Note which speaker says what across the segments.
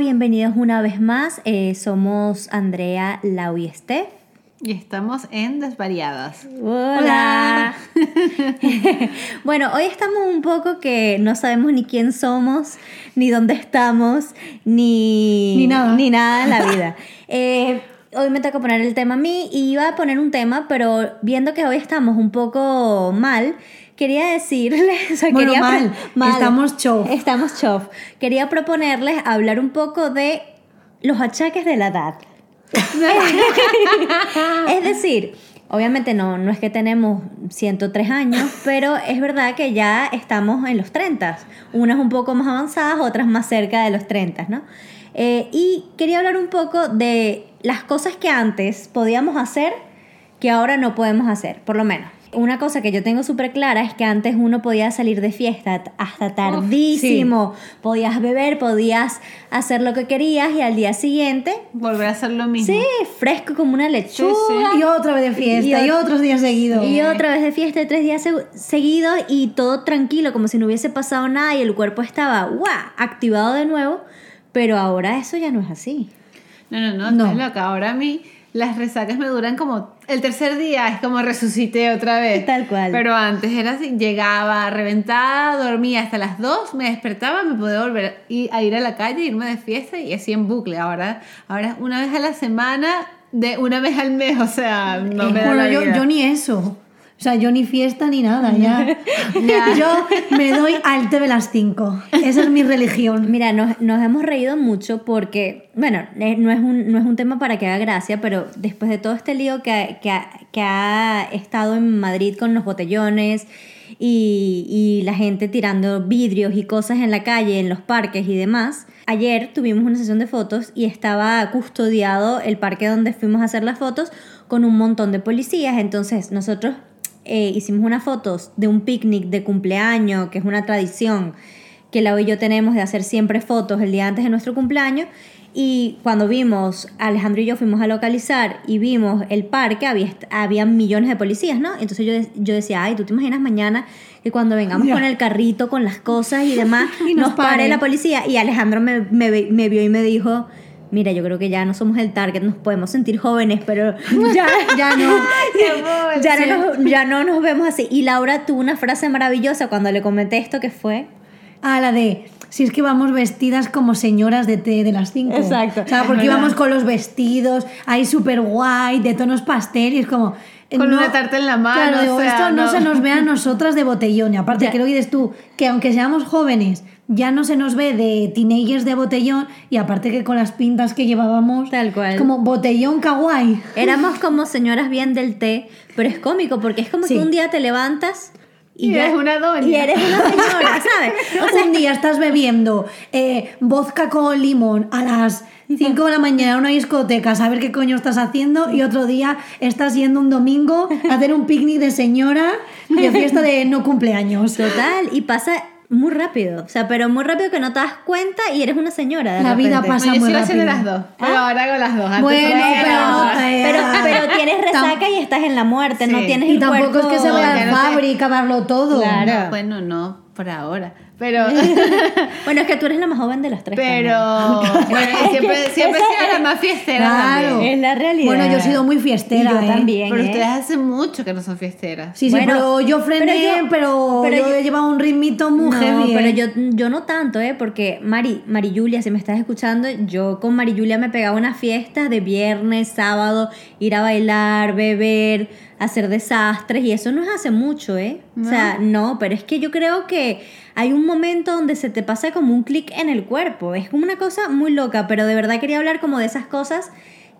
Speaker 1: bienvenidos una vez más. Eh, somos Andrea, Lau y Steph.
Speaker 2: Y estamos en Desvariadas.
Speaker 1: Hola. bueno, hoy estamos un poco que no sabemos ni quién somos, ni dónde estamos, ni,
Speaker 2: Ni nada.
Speaker 1: ni nada en la vida. Eh, hoy me toca poner el tema a mí y iba a poner un tema, pero viendo que hoy estamos un poco mal, quería decirles, o sea,
Speaker 2: Bueno,
Speaker 1: quería pro-
Speaker 2: mal. Estamos chof.
Speaker 1: Estamos chof. Quería proponerles hablar un poco de los achaques de la edad.
Speaker 2: Ah,
Speaker 1: Es decir, obviamente no, no es que tenemos 103 años, pero es verdad que ya estamos en los 30. Unas un poco más avanzadas, otras más cerca de los 30, ¿no? Eh, y quería hablar un poco de las cosas que antes podíamos hacer que ahora no podemos hacer, por lo menos. Una cosa que yo tengo súper clara es que antes uno podía salir de fiesta hasta tardísimo, podías beber, podías hacer lo que querías y al día siguiente,
Speaker 2: Volver a hacer lo mismo.
Speaker 1: sí, fresco como una lechuga,
Speaker 2: sí.
Speaker 3: Y otra vez de fiesta,
Speaker 1: Y
Speaker 3: y,
Speaker 1: ot-
Speaker 3: otros días seguidos.
Speaker 1: Y otra vez de fiesta, tres días segu- seguidos y todo tranquilo, como si no hubiese pasado nada y el cuerpo estaba ¡guau! activado de nuevo, pero ahora eso ya no es así.
Speaker 2: No, no, no,
Speaker 3: No.
Speaker 2: estás loca. Ahora a mí las resacas me duran como el tercer día, es como resucité otra vez.
Speaker 1: Tal cual.
Speaker 2: Pero antes era así, llegaba reventada, dormía hasta las 2, me despertaba, me podía volver i- a ir a la calle, irme de fiesta y así en bucle. Ahora, ahora es una vez a la semana, de una vez al mes, o sea, no me da
Speaker 3: Bueno,
Speaker 2: la
Speaker 3: yo,
Speaker 2: vida.
Speaker 3: yo ni eso. O sea, yo ni fiesta ni nada, ya.
Speaker 2: Ya.
Speaker 3: Yo me doy al té de las 5. Esa es mi religión.
Speaker 1: Mira, nos, nos hemos reído mucho porque, bueno, eh, no es, un, no es un tema para que haga gracia, pero después de todo este lío que, ha- que, ha- que ha estado en Madrid con los botellones y, y la gente tirando vidrios y cosas en la calle, en los parques y demás, ayer tuvimos una sesión de fotos y estaba custodiado el parque donde fuimos a hacer las fotos con un montón de policías, entonces nosotros... eh, hicimos unas fotos de un picnic de cumpleaños, que es una tradición que Lau y yo tenemos de hacer siempre fotos el día antes de nuestro cumpleaños. Y cuando vimos, Alejandro y yo fuimos a localizar y vimos el parque, había, est- había millones de policías, ¿no? Entonces yo, de- yo decía, ay, ¿tú te imaginas mañana que cuando vengamos
Speaker 3: Ya.
Speaker 1: con el carrito, con las cosas y demás,
Speaker 3: Y
Speaker 1: nos,
Speaker 3: nos
Speaker 1: pare
Speaker 3: paren.
Speaker 1: la policía? Y Alejandro me, me ve- me vio y me dijo, mira, yo creo que ya no somos el target, nos podemos sentir jóvenes, pero ya,
Speaker 3: Ya no.
Speaker 1: ya, no nos, ya no nos vemos así. Y Laura tuvo una frase maravillosa cuando le comenté esto que fue...
Speaker 3: A la de. Si es que vamos vestidas como señoras de té de las 5.
Speaker 1: Exacto.
Speaker 3: O sea, porque íbamos con los vestidos ahí súper guay, de tonos pastel, y es como.
Speaker 2: Con una tarta en la mano,
Speaker 3: Claro,
Speaker 2: o
Speaker 3: digo,
Speaker 2: sea,
Speaker 3: esto no,
Speaker 2: no.
Speaker 3: se nos ve a nosotras de botellón. Y aparte,
Speaker 1: Ya.
Speaker 3: que lo dices tú, que aunque seamos jóvenes, ya no se nos ve de teenagers de botellón, y aparte que con las pintas que llevábamos.
Speaker 1: Tal cual.
Speaker 3: es Como botellón kawaii.
Speaker 1: Éramos como señoras bien del té, pero es cómico porque es como
Speaker 3: Sí.
Speaker 1: que un día te levantas y,
Speaker 2: Y
Speaker 1: ya-
Speaker 2: eres una doña.
Speaker 1: Y eres una señora, ¿sabes?
Speaker 3: un día estás bebiendo eh, vodka con limón a las 5 de la mañana en una discoteca a saber qué coño estás haciendo y otro día estás yendo un domingo a hacer un picnic de señora de fiesta de no cumpleaños.
Speaker 1: Total, y pasa muy rápido, o sea, pero muy rápido que no te das cuenta y eres una señora. de
Speaker 3: La vida
Speaker 1: repente.
Speaker 3: pasa
Speaker 2: Bueno, yo
Speaker 3: muy
Speaker 2: sigo haciendo las
Speaker 3: rápido. ¿Ah?
Speaker 2: dos, pero ahora hago las dos. Antes
Speaker 3: Bueno,
Speaker 2: solo hacía
Speaker 3: pero
Speaker 2: las
Speaker 3: no
Speaker 2: dos.
Speaker 1: Pero, pero tienes
Speaker 3: Tam-
Speaker 1: resaca y estás en la muerte, no
Speaker 2: Sí.
Speaker 1: tienes
Speaker 3: Y
Speaker 1: el
Speaker 3: tampoco es
Speaker 1: cuerpo-
Speaker 3: que se
Speaker 2: No,
Speaker 3: vaya a
Speaker 2: ya
Speaker 3: la
Speaker 2: no sé.
Speaker 3: fábrica a acabarlo todo.
Speaker 1: Claro.
Speaker 2: Bueno, no, por ahora. Pero,
Speaker 1: Bueno, es que tú eres la más joven de las tres.
Speaker 2: pero, bueno, y siempre, siempre
Speaker 1: Esa-
Speaker 2: sea la más fiestera
Speaker 3: Claro.
Speaker 2: también.
Speaker 1: también. Es la realidad.
Speaker 3: Bueno, yo he sido muy
Speaker 1: Y
Speaker 3: fiestera.
Speaker 1: yo
Speaker 3: ¿eh?
Speaker 1: también.
Speaker 2: Pero
Speaker 1: ¿eh?
Speaker 2: ustedes hace mucho que no son fiesteras.
Speaker 3: Sí, sí,
Speaker 1: Bueno,
Speaker 3: pero yo frené,
Speaker 1: pero yo-
Speaker 3: pero,
Speaker 1: pero
Speaker 3: yo,
Speaker 1: yo-
Speaker 3: he llevado un ritmito muy
Speaker 1: no,
Speaker 3: heavy.
Speaker 1: pero
Speaker 3: ¿eh?
Speaker 1: yo, yo no tanto, ¿eh? Porque Mari, Mari Julia, si me estás escuchando, yo con Mari Julia me pegaba unas fiestas de viernes, sábado, ir a bailar, beber, hacer desastres, y eso no es hace mucho, ¿eh? O sea, no, pero es que yo creo que hay un momento donde se te pasa como un clic en el cuerpo. Es como una cosa muy loca, pero de verdad quería hablar como de esas cosas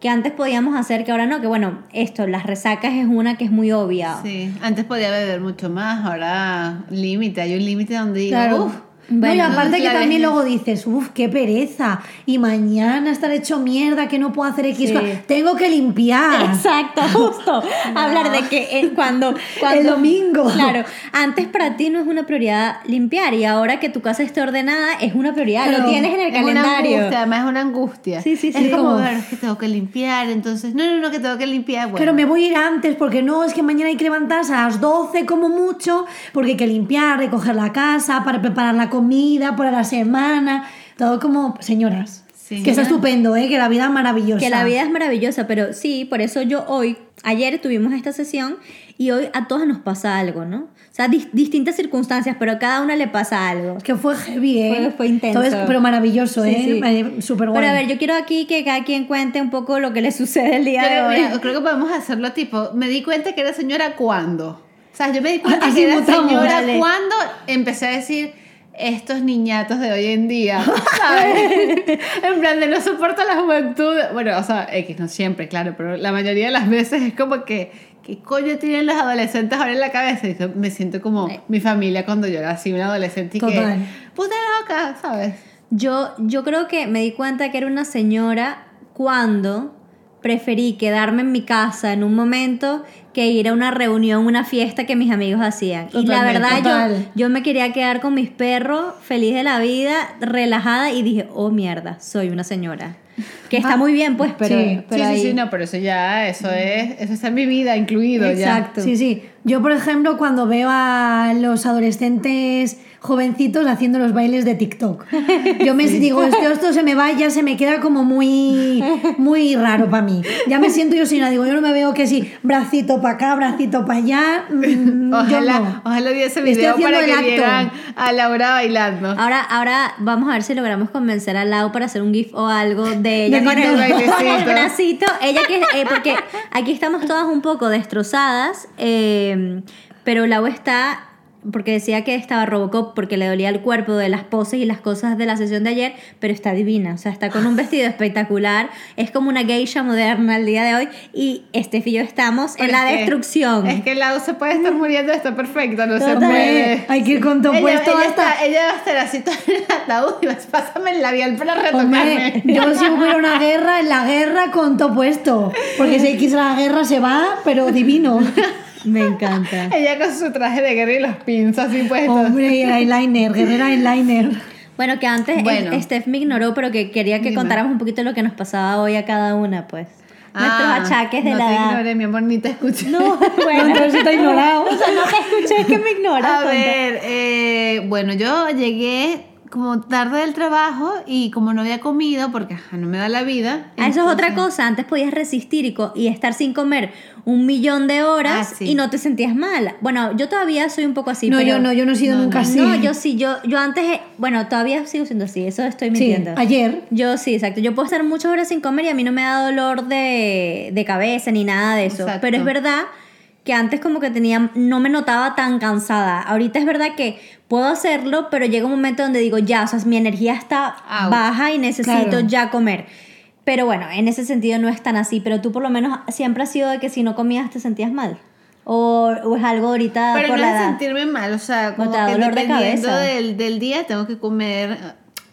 Speaker 1: que antes podíamos hacer que ahora no, que bueno, esto, las resacas es una que es muy obvia.
Speaker 2: Sí, antes podía beber mucho más, ahora límite, hay un límite donde digo,
Speaker 3: Claro.
Speaker 2: "Uf".
Speaker 3: no, y
Speaker 1: bueno,
Speaker 3: aparte que
Speaker 2: claro,
Speaker 3: también
Speaker 2: es-
Speaker 3: luego dices, uff, qué pereza. Y mañana estar hecho mierda, que no puedo hacer X
Speaker 1: Sí.
Speaker 3: cosa. Tengo que limpiar.
Speaker 1: Exacto, justo. Hablar de que eh, cuando, cuando-
Speaker 3: Ah. El domingo.
Speaker 1: Claro, antes para ti no es una prioridad limpiar y ahora que tu casa esté ordenada es una prioridad. Lo
Speaker 3: Claro,
Speaker 1: tienes en el
Speaker 2: es una angustia,
Speaker 1: calendario.
Speaker 2: además es una angustia.
Speaker 1: Sí, sí, sí.
Speaker 2: Es como,
Speaker 3: Como-
Speaker 2: "Bueno, es que tengo que limpiar, entonces, no, no, no, que tengo que limpiar. Bueno,
Speaker 3: Pero me voy a ir antes porque no, es que mañana hay que levantarse a las 12 como mucho, porque hay que limpiar, recoger la casa, para preparar la comida para la semana. Todo como señoras.
Speaker 2: Sí.
Speaker 3: Que es estupendo, ¿eh? que la vida es maravillosa.
Speaker 1: Que la vida es maravillosa, pero sí, por eso yo hoy, ayer tuvimos esta sesión y hoy a todas nos pasa algo, ¿no? O sea, dis- distintas circunstancias, pero a cada una le pasa algo.
Speaker 3: Que fue heavy, ¿eh?
Speaker 1: Fue- fue intenso.
Speaker 3: Todo es- pero maravilloso,
Speaker 1: Sí,
Speaker 3: ¿eh?
Speaker 1: sí.
Speaker 3: Eh, Súper guay.
Speaker 1: Pero a ver, yo quiero aquí que cada quien cuente un poco lo que le sucede el día de
Speaker 2: Creo,
Speaker 1: hoy.
Speaker 2: mira, creo que podemos hacerlo tipo, me di cuenta que era señora cuando. O sea, yo me di cuenta
Speaker 3: Así
Speaker 2: que era
Speaker 3: mutamos,
Speaker 2: señora
Speaker 1: dale.
Speaker 2: cuando empecé a decir estos niñatos de hoy en día, ¿sabes? en plan de no soporto la juventud. Bueno, o sea, X, no siempre, claro, pero la mayoría de las veces es como que, ¿qué coño tienen los adolescentes ahora en la cabeza? Y yo me siento como mi familia cuando yo era así, una adolescente y
Speaker 3: Total.
Speaker 2: que, puta loca, ¿sabes?
Speaker 1: Yo, yo creo que me di cuenta que era una señora cuando preferí quedarme en mi casa en un momento que ir a una reunión, una fiesta que mis amigos hacían. y la
Speaker 2: Totalmente.
Speaker 1: verdad
Speaker 3: Total.
Speaker 1: yo, yo me quería quedar con mis perros, feliz de la vida, relajada y dije, oh mierda, soy una señora. Que está muy bien pues, pero...
Speaker 3: Ah, Sí,
Speaker 1: pero
Speaker 2: sí, sí,
Speaker 1: ahí-
Speaker 2: sí, no, pero eso ya, eso es, eso está en mi vida incluido ya.
Speaker 1: Exacto.
Speaker 3: Sí, sí. Yo, por ejemplo, cuando veo a los adolescentes jovencitos haciendo los bailes de TikTok, yo me digo, esto, esto se me va, ya se me queda como muy, muy raro para mí. Ya me siento yo sin nada, digo, yo no me veo que sí, bracito para acá, bracito para allá. mm, yo
Speaker 2: Ojalá,
Speaker 3: no.
Speaker 2: ojalá vi ese
Speaker 3: Estoy
Speaker 2: video
Speaker 3: haciendo
Speaker 2: para
Speaker 3: el
Speaker 2: que
Speaker 3: acto.
Speaker 2: vieran a Laura bailando.
Speaker 1: Ahora, ahora vamos a ver si logramos convencer a Lau para hacer un GIF o algo de ella
Speaker 3: De
Speaker 1: con el,
Speaker 2: bailecito.
Speaker 1: con el bracito. Ella que, eh, porque aquí estamos todas un poco destrozadas, eh, pero Lau está, porque decía que estaba Robocop porque le dolía el cuerpo de las poses y las cosas de la sesión de ayer, pero está divina, o sea, está con un vestido espectacular, es como una geisha moderna el día de hoy y Estef y yo estamos
Speaker 2: Pero
Speaker 1: en la
Speaker 2: es que-
Speaker 1: destrucción.
Speaker 2: Es que Lau se puede estar muriendo, está perfecta, no se
Speaker 1: Total.
Speaker 2: puede.
Speaker 3: Hay que ir con todo
Speaker 2: Ella,
Speaker 3: puesto
Speaker 2: ella
Speaker 3: hasta...
Speaker 2: está- ella va a estar así toda en el ataúd y vas, pásame el labial para
Speaker 3: Hombre,
Speaker 2: retocarme.
Speaker 3: yo si hubiera una guerra, en la guerra con todo puesto. Porque si quise la guerra se va, pero divino.
Speaker 1: Me encanta.
Speaker 2: Ella con su traje de guerra y los pinzas así puestos.
Speaker 3: Hombre, y el eyeliner, guerrera eyeliner.
Speaker 1: Bueno, que antes
Speaker 2: Bueno.
Speaker 1: eh, Steph me ignoró, pero que quería que
Speaker 2: Dime.
Speaker 1: contáramos un poquito lo que nos pasaba hoy a cada una, pues.
Speaker 2: Ah,
Speaker 1: Nuestros achaques de
Speaker 2: no
Speaker 1: la
Speaker 2: te
Speaker 1: edad.
Speaker 2: ignoré, mi amor, ni te escuché.
Speaker 1: No, bueno.
Speaker 3: No, entonces te he ignorado.
Speaker 1: O sea, no te escuché, es que me ignoras.
Speaker 2: A
Speaker 1: tonta.
Speaker 2: ver, eh, bueno, yo llegué como tarde del trabajo y como no había comido, porque ajá, no me da la vida.
Speaker 1: Ah, eso es otra cosa. Antes podías resistir y, co- y estar sin comer un millón de horas
Speaker 2: Ah, sí.
Speaker 1: y no te sentías mal. Bueno, yo todavía soy un poco así.
Speaker 3: no,
Speaker 1: pero-
Speaker 3: yo no, yo no he sido nunca así.
Speaker 1: No, yo sí, yo, yo antes, eh, bueno, todavía sigo siendo así, eso estoy
Speaker 3: Sí,
Speaker 1: mintiendo.
Speaker 3: ayer.
Speaker 1: Yo sí, exacto. Yo puedo estar muchas horas sin comer y a mí no me da dolor de, de cabeza ni nada de eso.
Speaker 2: Exacto.
Speaker 1: Pero es verdad que antes como que tenía, no me notaba tan cansada. Ahorita es verdad que puedo hacerlo, pero llega un momento donde digo, ya, o sea, mi energía está
Speaker 2: Out.
Speaker 1: baja y necesito
Speaker 3: Claro.
Speaker 1: ya comer. Pero bueno, en ese sentido no es tan así, pero tú por lo menos siempre has sido de que si no comías te sentías mal. O, o es algo ahorita
Speaker 2: Pero
Speaker 1: Ah, por
Speaker 2: no
Speaker 1: la
Speaker 2: es
Speaker 1: edad.
Speaker 2: sentirme mal, o sea, como
Speaker 1: te da
Speaker 2: que
Speaker 1: dolor de
Speaker 2: dependiendo
Speaker 1: cabeza.
Speaker 2: Del, del día tengo que comer eh,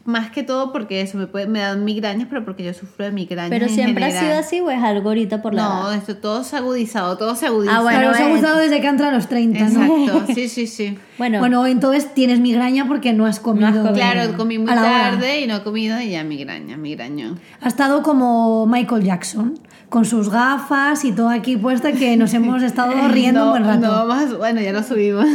Speaker 2: más que todo porque eso me, puede, me dan migrañas, pero porque yo sufro de migrañas.
Speaker 1: Pero
Speaker 2: en
Speaker 1: siempre ha
Speaker 2: general.
Speaker 1: sido así o es algo ahorita por la
Speaker 2: No,
Speaker 1: edad?
Speaker 2: esto todo es agudizado, todo se agudiza.
Speaker 1: Ah, bueno,
Speaker 3: Claro, os ha
Speaker 1: bueno.
Speaker 3: gustado desde que entra a los 30, ¿no?
Speaker 2: Exacto, sí, sí, sí.
Speaker 1: Bueno,
Speaker 3: Bueno, entonces tienes migraña porque no has comido.
Speaker 2: Claro, comí muy
Speaker 3: a la hora.
Speaker 2: tarde y no he comido y ya migraña, migrañón.
Speaker 3: Ha estado como Michael Jackson, con sus gafas y todo aquí puesta, que nos hemos estado riendo
Speaker 2: no,
Speaker 3: un buen rato.
Speaker 2: no vamos a su- bueno, ya lo subimos.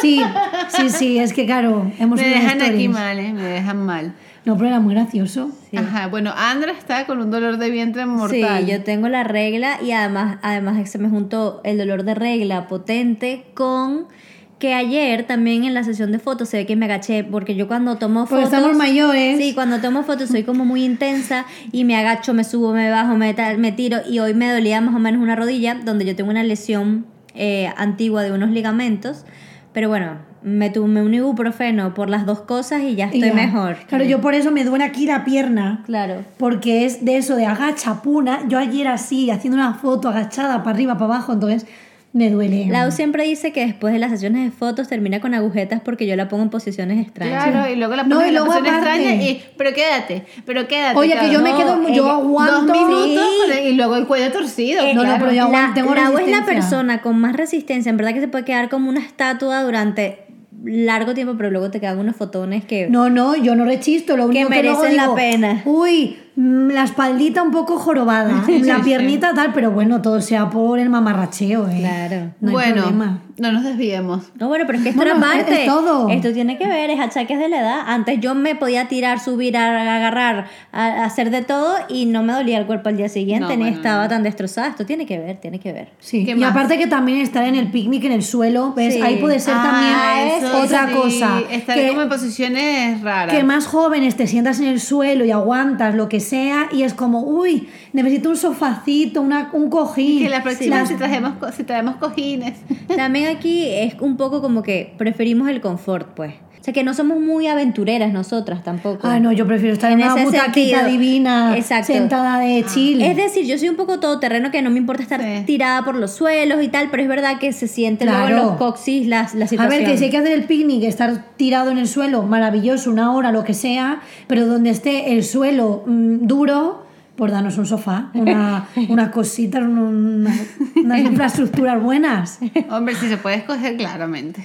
Speaker 3: Sí, sí, sí, es que claro, hemos
Speaker 2: me
Speaker 3: subido
Speaker 2: dejan aquí
Speaker 3: stories.
Speaker 2: mal, eh, me dejan mal.
Speaker 3: No, pero era muy gracioso.
Speaker 2: Ajá, bueno, Andra está con un dolor de vientre
Speaker 1: sí,
Speaker 2: mortal.
Speaker 1: yo tengo la regla y además, además se me juntó el dolor de regla potente con que ayer también en la sesión de fotos se ve que me agaché porque yo cuando tomo
Speaker 3: Porque
Speaker 1: fotos
Speaker 3: estamos mayores.
Speaker 1: Sí, cuando tomo fotos soy como muy intensa y me agacho, me subo, me bajo, me, tal, me tiro y hoy me dolía más o menos una rodilla donde yo tengo una lesión eh, antigua de unos ligamentos, pero bueno, me tomé un ibuprofeno por las dos cosas y ya
Speaker 3: Y
Speaker 1: estoy
Speaker 3: ya.
Speaker 1: mejor.
Speaker 3: Claro, yo por eso me duele aquí la pierna.
Speaker 1: Claro.
Speaker 3: Porque es de eso, de agachapuna. Yo ayer así, haciendo una foto agachada para arriba, para abajo, entonces me duele.
Speaker 1: Lau siempre dice que después de las sesiones de fotos termina con agujetas porque yo la pongo en posiciones extrañas.
Speaker 2: Claro, y luego la
Speaker 3: No,
Speaker 2: pones
Speaker 3: y
Speaker 2: en la
Speaker 3: luego
Speaker 2: posición
Speaker 3: aparte.
Speaker 2: extraña y, pero quédate, pero quédate.
Speaker 3: Oye, que
Speaker 2: quédate".
Speaker 3: yo me
Speaker 1: no,
Speaker 3: quedo, yo
Speaker 1: ella-
Speaker 2: Dos
Speaker 3: aguanto.
Speaker 2: minutos
Speaker 1: Sí.
Speaker 2: con el- y luego el cuello torcido.
Speaker 1: Eh,
Speaker 3: No, no,
Speaker 1: claro.
Speaker 3: pero yo aguanto,
Speaker 1: La-
Speaker 3: tengo
Speaker 1: Lau es la
Speaker 3: resistencia.
Speaker 1: persona con más resistencia, en verdad que se puede quedar como una estatua durante largo tiempo, pero luego te quedan unos fotones que...
Speaker 3: No, no, yo no rechisto, lo único que, luego
Speaker 1: merecen la
Speaker 3: digo,
Speaker 1: pena.
Speaker 3: Uy, mm, la espaldita un poco jorobada, la piernita tal, pero bueno, todo sea por el mamarracheo, ¿eh?
Speaker 1: Claro.
Speaker 3: No hay
Speaker 2: bueno,
Speaker 3: problema.
Speaker 2: no nos desviemos.
Speaker 1: No, bueno, pero es que esto
Speaker 3: Bueno,
Speaker 1: era
Speaker 3: es-
Speaker 1: parte.
Speaker 3: es todo.
Speaker 1: Esto tiene que ver, es achaques de la edad. Antes yo me podía tirar, subir, a- agarrar, a- a hacer de todo y no me dolía el cuerpo al día siguiente,
Speaker 2: No,
Speaker 1: ni
Speaker 2: bueno,
Speaker 1: estaba tan destrozada. Esto tiene que ver, tiene que ver.
Speaker 3: Sí.
Speaker 2: ¿Qué
Speaker 3: Y
Speaker 2: más?
Speaker 3: aparte que también estar en el picnic en el suelo, ¿ves?
Speaker 1: Sí.
Speaker 3: Ahí puede ser
Speaker 2: Ah,
Speaker 3: también
Speaker 2: eso
Speaker 3: otra
Speaker 2: sí,
Speaker 3: cosa.
Speaker 2: Estar
Speaker 3: que-
Speaker 2: como en posiciones raras.
Speaker 3: que más jóvenes te sientas en el suelo y aguantas lo que sea y es como, uy, necesito un sofacito, una, un cojín.
Speaker 2: Que la próxima
Speaker 3: Las-
Speaker 2: si, trajemos, co- si traemos cojines.
Speaker 1: También aquí es un poco como que preferimos el confort, pues. O sea, que no somos muy aventureras nosotras tampoco.
Speaker 3: Ah, no, yo prefiero estar en,
Speaker 1: En
Speaker 3: una
Speaker 1: ese
Speaker 3: butaquita
Speaker 1: sentido.
Speaker 3: divina,
Speaker 1: Exacto. Ah.
Speaker 3: sentada de chile.
Speaker 1: Es decir, yo soy un poco todoterreno que no me importa estar
Speaker 2: Sí.
Speaker 1: tirada por los suelos y tal, pero es verdad que se sienten luego
Speaker 3: Claro.
Speaker 1: en los coxis las la
Speaker 3: A
Speaker 1: situación.
Speaker 3: ver, que si hay que hacer el picnic, estar tirado en el suelo, maravilloso, una hora, lo que sea, pero donde esté el suelo mm, duro, pues danos un sofá, una, unas cositas, un- una- unas infraestructuras buenas.
Speaker 2: Hombre, si se puede escoger claramente.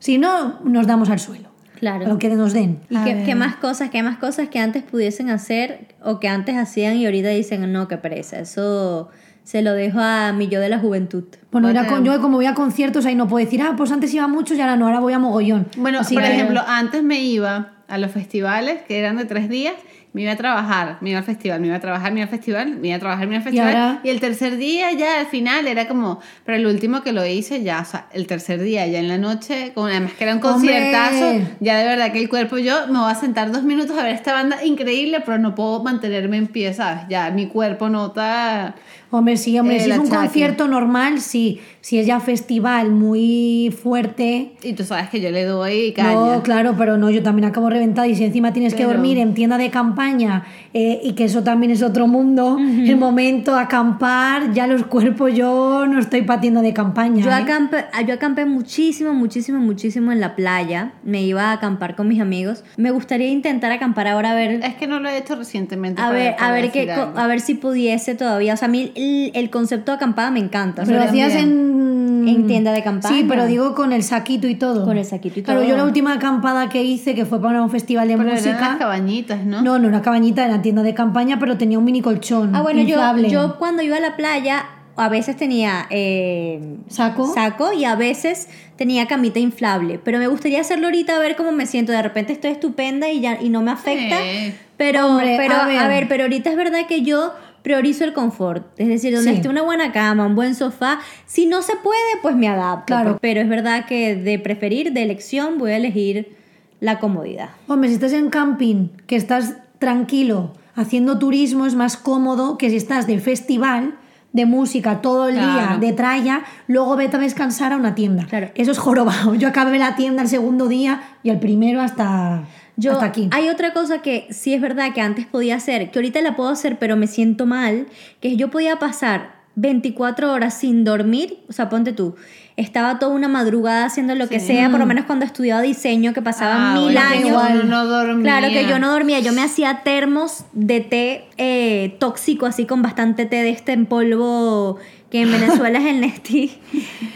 Speaker 3: Si no, nos damos al suelo,
Speaker 1: Claro.
Speaker 3: lo que nos den.
Speaker 1: ¿Y
Speaker 2: A
Speaker 1: qué,
Speaker 2: ver.
Speaker 1: qué más cosas, qué más cosas que antes pudiesen hacer o que antes hacían y ahorita dicen, no, qué pereza, eso se lo dejo a mi yo de la juventud.
Speaker 2: Bueno,
Speaker 3: Bueno, era con- yo como voy a conciertos ahí no puedo decir, ah, pues antes iba mucho y ahora no, ahora voy a mogollón.
Speaker 2: Bueno,
Speaker 3: Así
Speaker 2: por
Speaker 3: que-
Speaker 2: ejemplo, antes me iba a los festivales que eran de tres días, me iba a trabajar, me iba al festival, me iba a trabajar, me iba al festival, me iba a trabajar, me iba al festival.
Speaker 3: ahora?
Speaker 2: el tercer día ya al final era como, pero el último que lo hice ya, o sea, el tercer día ya en la noche, como además que era un
Speaker 3: ¡Hombre!
Speaker 2: conciertazo, ya de verdad que el cuerpo yo me voy a sentar dos minutos a ver esta banda increíble, pero no puedo mantenerme en pie, ¿sabes? Ya mi cuerpo nota...
Speaker 3: Hombre, sí, hombre,
Speaker 2: El
Speaker 3: si es un
Speaker 2: achaque.
Speaker 3: concierto normal, sí. Si es ya festival muy fuerte,
Speaker 2: Y tú sabes que yo le doy caña.
Speaker 3: No, claro, pero no, yo también acabo reventada y si encima tienes
Speaker 2: Pero-
Speaker 3: que dormir en tienda de campaña eh, y que eso también es otro mundo, el momento de acampar, ya los cuerpos yo no estoy para tienda de campaña.
Speaker 1: Yo
Speaker 3: ¿eh?
Speaker 1: acampé, yo acampé muchísimo, muchísimo, muchísimo en la playa. Me iba a acampar con mis amigos. Me gustaría intentar acampar ahora a ver
Speaker 2: Es que no lo he hecho recientemente.
Speaker 1: a
Speaker 2: para-
Speaker 1: ver, a
Speaker 2: para
Speaker 1: ver qué
Speaker 2: decir
Speaker 1: co-
Speaker 2: algo.
Speaker 1: a ver si pudiese todavía. O sea, a mí el, el concepto de acampada me encanta. O sea,
Speaker 3: Pero lo
Speaker 2: Yo
Speaker 3: hacías en...
Speaker 1: En tienda de campaña.
Speaker 3: Sí, pero digo con el saquito y todo.
Speaker 1: Con el saquito y
Speaker 3: Claro,
Speaker 1: todo.
Speaker 3: yo la última acampada que hice, que fue para un festival de
Speaker 2: Pero eran
Speaker 3: música...
Speaker 2: las cabañitas, ¿no?
Speaker 3: No, no, una cabañita, era tienda de campaña, pero tenía un mini colchón.
Speaker 1: Ah, bueno, yo,
Speaker 3: inflable.
Speaker 1: yo cuando iba a la playa a veces tenía eh,
Speaker 3: ¿Saco?
Speaker 1: saco y a veces tenía camita inflable. Pero me gustaría hacerlo ahorita a ver cómo me siento. De repente estoy estupenda y ya y no me afecta.
Speaker 2: Sí.
Speaker 1: Pero,
Speaker 3: Hombre,
Speaker 1: pero a,
Speaker 3: a
Speaker 1: ver.
Speaker 3: ver.
Speaker 1: pero ahorita es verdad que yo priorizo el confort. Es decir, donde
Speaker 3: Sí.
Speaker 1: esté una buena cama, un buen sofá. Si no se puede, pues me adapto.
Speaker 3: Claro.
Speaker 1: Pero es verdad que de preferir, de elección, voy a elegir la comodidad.
Speaker 3: Hombre, si estás en camping, que estás tranquilo, haciendo turismo, es más cómodo que si estás de festival, de música, todo el
Speaker 2: Claro.
Speaker 3: día, de tralla, luego vete a descansar a una tienda.
Speaker 1: Claro.
Speaker 3: Eso es jorobado. Yo acabé la tienda el segundo día y el primero hasta,
Speaker 1: Yo,
Speaker 3: hasta aquí.
Speaker 1: Hay otra cosa que sí es verdad que antes podía hacer, que ahorita la puedo hacer, pero me siento mal, que es yo podía pasar 24 horas sin dormir, o sea, ponte tú, estaba toda una madrugada haciendo lo que sea, por lo menos cuando estudiaba diseño, que pasaba
Speaker 2: Ah,
Speaker 1: mil
Speaker 2: bueno, que
Speaker 1: años.
Speaker 2: uno no dormía.
Speaker 1: Claro que yo no dormía, yo me hacía termos de té eh, tóxico, así con bastante té de este en polvo que en Venezuela es el Nestí.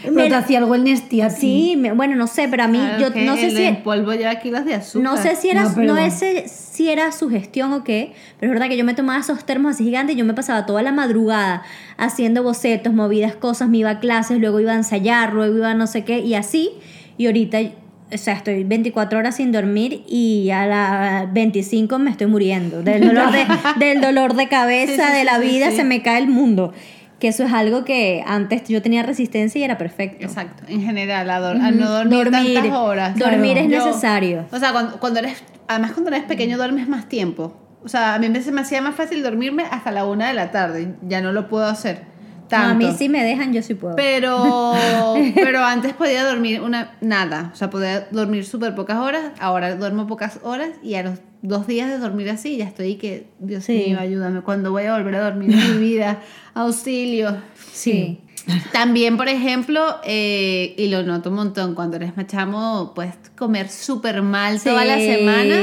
Speaker 3: Pero
Speaker 1: Me-
Speaker 3: te hacía algo el Nesti a ti.
Speaker 1: sí, me- bueno, no sé, pero a mí,
Speaker 2: Claro
Speaker 1: yo
Speaker 2: que
Speaker 1: no sé
Speaker 2: Ah, el
Speaker 1: si...
Speaker 2: del polvo lleva kilos de azúcar.
Speaker 1: No sé si era,
Speaker 3: No,
Speaker 1: no,
Speaker 3: pero-
Speaker 1: ese- si era sugestión o qué, pero es verdad que yo me tomaba esos termos así gigantes y yo me pasaba toda la madrugada haciendo bocetos, movidas, cosas, me iba a clases, luego iba a ensayar, luego iba a no sé qué y así. Y ahorita, o sea, estoy 24 horas sin dormir y a las 25 me estoy muriendo del dolor de, del dolor de cabeza,
Speaker 2: Sí, sí,
Speaker 1: de la
Speaker 2: sí, sí,
Speaker 1: vida,
Speaker 2: sí.
Speaker 1: se me cae el mundo. Que eso es algo que antes yo tenía resistencia y era perfecto.
Speaker 2: Exacto, en general, a, dor- a no dormir,
Speaker 1: Dormir.
Speaker 2: tantas horas.
Speaker 1: Dormir es
Speaker 2: Yo-
Speaker 1: necesario.
Speaker 2: o sea, cuando, cuando eres, además cuando eres pequeño duermes más tiempo. O sea, a mí a veces me hacía más fácil dormirme hasta la una de la tarde. Ya no lo puedo hacer
Speaker 1: No,
Speaker 2: tanto.
Speaker 1: a mí sí me dejan, yo sí puedo.
Speaker 2: Pero, pero antes podía dormir una nada, o sea, podía dormir súper pocas horas, ahora duermo pocas horas y a los dos días de dormir así ya estoy que, Dios
Speaker 1: Sí.
Speaker 2: mío, ayúdame, cuando voy a volver a dormir en mi vida, auxilio.
Speaker 1: sí.
Speaker 2: También, por ejemplo, eh, y lo noto un montón, cuando eres machamo, puedes comer súper mal toda la
Speaker 1: Sí.
Speaker 2: semana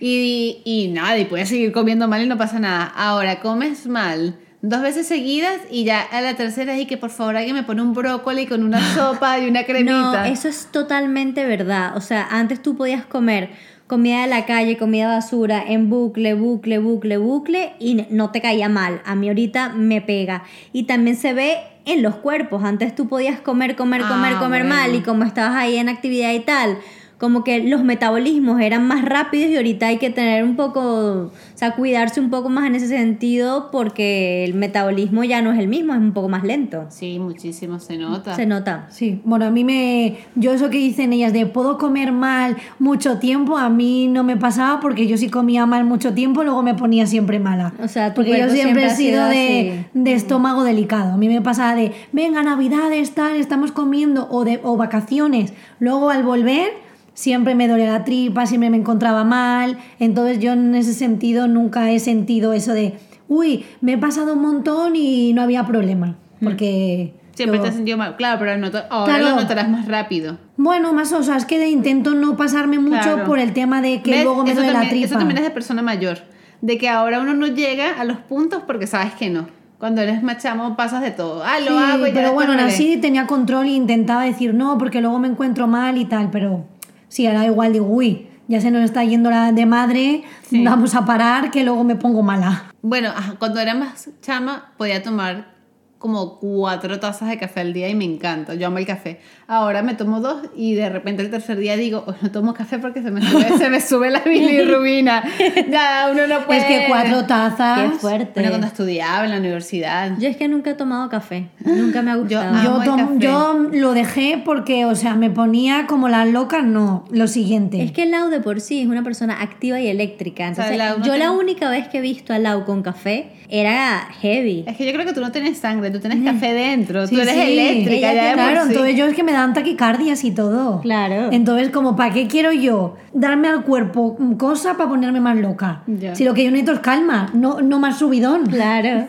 Speaker 2: y, y nada, y puedes seguir comiendo mal y no pasa nada. Ahora, comes mal dos veces seguidas y ya a la tercera es que por favor alguien me pone un brócoli con una sopa y una cremita.
Speaker 1: No, eso es totalmente verdad. O sea, antes tú podías comer comida de la calle, comida basura, en bucle, bucle, bucle, bucle, y no te caía mal. A mí ahorita me pega. Y también se ve en los cuerpos. Antes tú podías comer, comer,
Speaker 2: Ah,
Speaker 1: comer, comer
Speaker 2: bueno.
Speaker 1: mal, y como estabas ahí en actividad y tal, como que los metabolismos eran más rápidos y ahorita hay que tener un poco, o sea, cuidarse un poco más en ese sentido porque el metabolismo ya no es el mismo, es un poco más lento.
Speaker 2: Sí, muchísimo se nota.
Speaker 1: Se nota.
Speaker 3: Sí, bueno, a mí me. Yo, eso que dicen ellas de puedo comer mal mucho tiempo, a mí no me pasaba porque yo sí comía mal mucho tiempo, luego me ponía siempre mala.
Speaker 1: O sea, tu
Speaker 3: porque yo
Speaker 1: cuerpo siempre
Speaker 3: siempre he
Speaker 1: ha sido
Speaker 3: sido de, de estómago delicado. A mí me pasaba de, venga, Navidades, tal, estamos comiendo, o, de, o vacaciones. Luego al volver, siempre me dolía la tripa, siempre me encontraba mal. Entonces, yo en ese sentido nunca he sentido eso de, uy, me he pasado un montón y no había problema.
Speaker 1: Mm.
Speaker 3: Porque.
Speaker 2: Siempre
Speaker 3: yo-
Speaker 2: te has sentido mal. Claro, pero anota- ahora
Speaker 3: Claro.
Speaker 2: lo notarás más rápido.
Speaker 3: bueno, más o sea, es que de intento no pasarme mucho
Speaker 2: Claro.
Speaker 3: por el tema de que
Speaker 2: ¿Ves?
Speaker 3: luego me
Speaker 2: eso
Speaker 3: duele la
Speaker 2: también,
Speaker 3: tripa.
Speaker 2: Eso también es de persona mayor. De que ahora uno no llega a los puntos porque sabes que no. Cuando eres machamo pasas de todo. Ah, lo
Speaker 3: Sí,
Speaker 2: hago y ya
Speaker 3: pero
Speaker 2: después
Speaker 3: bueno,
Speaker 2: me
Speaker 3: aún
Speaker 2: haré.
Speaker 3: así tenía control e intentaba decir no, porque luego me encuentro mal y tal, pero sí, era igual, digo, uy, ya se nos está yendo la de madre,
Speaker 2: Sí.
Speaker 3: vamos a parar, que luego me pongo mala.
Speaker 2: Bueno, ajá, cuando era más chama podía tomar como cuatro tazas de café al día y me encanta. Yo amo el café. Ahora me tomo dos y de repente el tercer día digo, "Hoy no tomo café porque se me sube, se me sube la bilirrubina. Ya, uno no puede.
Speaker 3: Es que cuatro tazas.
Speaker 1: Qué fuerte.
Speaker 2: Ah, Bueno, cuando estudiaba en la universidad.
Speaker 1: Yo es que nunca he tomado café, nunca me ha gustado.
Speaker 2: amo
Speaker 3: Yo,
Speaker 2: el
Speaker 3: tom-
Speaker 2: café.
Speaker 3: yo lo dejé porque, o sea, me ponía como las locas, no, lo siguiente.
Speaker 1: Es que Lau de por sí es una persona activa y eléctrica.
Speaker 2: sea,
Speaker 1: Entonces,
Speaker 2: Lau no
Speaker 1: yo la
Speaker 2: tiene-
Speaker 1: única vez que he visto a Lau con café era heavy.
Speaker 2: Es que yo creo que tú no tienes sangre, tú tienes café dentro,
Speaker 3: Mm. Sí,
Speaker 2: tú eres
Speaker 3: sí.
Speaker 2: eléctrica,
Speaker 1: Ella
Speaker 2: ya de por
Speaker 3: Claro,
Speaker 2: sí.
Speaker 3: entonces yo es que me dan taquicardias y todo.
Speaker 2: Ah.
Speaker 1: Claro.
Speaker 3: Entonces, como, ¿para qué quiero yo darme al cuerpo cosa para ponerme más loca?
Speaker 2: Ya.
Speaker 3: Si lo que yo necesito es calma, no, no más subidón.
Speaker 1: Claro.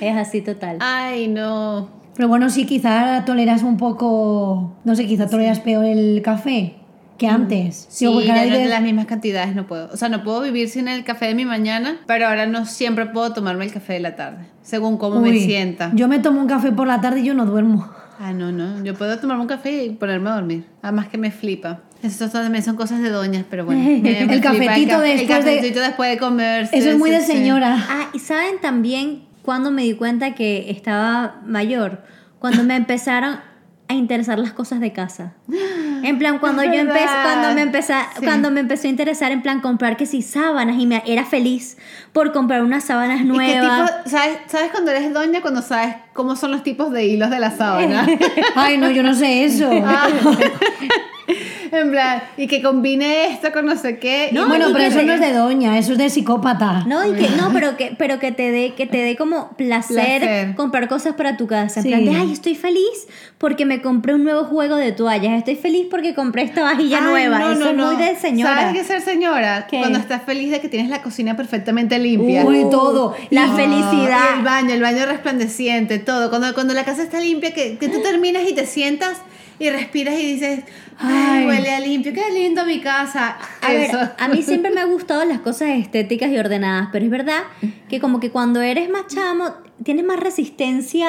Speaker 1: es así total.
Speaker 2: Ay, no.
Speaker 3: Pero bueno, sí, quizá toleras un poco, no sé, quizá toleras peor el café que antes.
Speaker 2: Mm. Sí,
Speaker 3: Digo, porque
Speaker 2: ya
Speaker 3: ahora
Speaker 2: no
Speaker 3: dices,
Speaker 2: las mismas cantidades no puedo. O sea, no puedo vivir sin el café de mi mañana, pero ahora no siempre puedo tomarme el café de la tarde, según cómo me
Speaker 3: "Uy,
Speaker 2: sienta.
Speaker 3: Yo me tomo un café por la tarde y yo no duermo.
Speaker 2: Ah, no, no. Yo puedo tomarme un café y ponerme a dormir. Además que me flipa. Eso también son cosas de doñas, pero bueno. me- me
Speaker 3: El
Speaker 2: flipa
Speaker 3: cafetito
Speaker 2: ca-
Speaker 3: después
Speaker 2: el
Speaker 3: de-
Speaker 2: cafetito después de comer. sí,
Speaker 3: Eso es muy
Speaker 2: sí,
Speaker 3: de
Speaker 2: sí.
Speaker 3: señora.
Speaker 1: Ah, y saben también cuando me di cuenta que estaba mayor, cuando me empezaron a interesar las cosas de casa. En plan, cuando
Speaker 2: Es
Speaker 1: yo empecé,
Speaker 2: verdad.
Speaker 1: cuando me empecé,
Speaker 2: Sí.
Speaker 1: cuando me empezó a interesar en plan comprar que sí sábanas y me era feliz por comprar unas sábanas
Speaker 2: ¿Y qué
Speaker 1: nuevas.
Speaker 2: tipo- ¿sabes, ¿Sabes cuando eres doña? Cuando sabes cómo son los tipos de hilos de la sábana.
Speaker 3: Ay, no, yo no sé eso.
Speaker 2: Ah, En plan, y que combine esto con no sé qué. y
Speaker 1: No,
Speaker 3: bueno,
Speaker 1: y
Speaker 3: pero
Speaker 1: que
Speaker 3: eso
Speaker 1: te-
Speaker 3: no es de doña, eso es de psicópata.
Speaker 1: No, y que, no, pero que, pero que te dé, que te dé como placer,
Speaker 2: Placer.
Speaker 1: comprar cosas para tu casa. En plan
Speaker 3: Sí.
Speaker 1: de, ay, estoy feliz porque me compré un nuevo juego de toallas. Estoy feliz porque compré esta vajilla
Speaker 2: Ay,
Speaker 1: nueva.
Speaker 2: no,
Speaker 1: Eso
Speaker 2: no,
Speaker 1: es
Speaker 2: no.
Speaker 1: muy de señora.
Speaker 2: ¿Sabes qué es ser señora?
Speaker 1: ¿Qué?
Speaker 2: Cuando estás feliz de que tienes la cocina perfectamente limpia.
Speaker 3: Uy, todo.
Speaker 1: La
Speaker 3: Y-
Speaker 1: felicidad.
Speaker 2: Y el baño, el baño resplandeciente, todo. Cuando, cuando la casa está limpia, que, que tú terminas y te sientas y respiras y dices, ay,
Speaker 3: Ay.
Speaker 2: huele a limpio, qué lindo mi casa.
Speaker 1: A ver,
Speaker 2: Eso.
Speaker 1: a mí siempre me han gustado las cosas estéticas y ordenadas, pero es verdad que como que cuando eres más chamo tienes más resistencia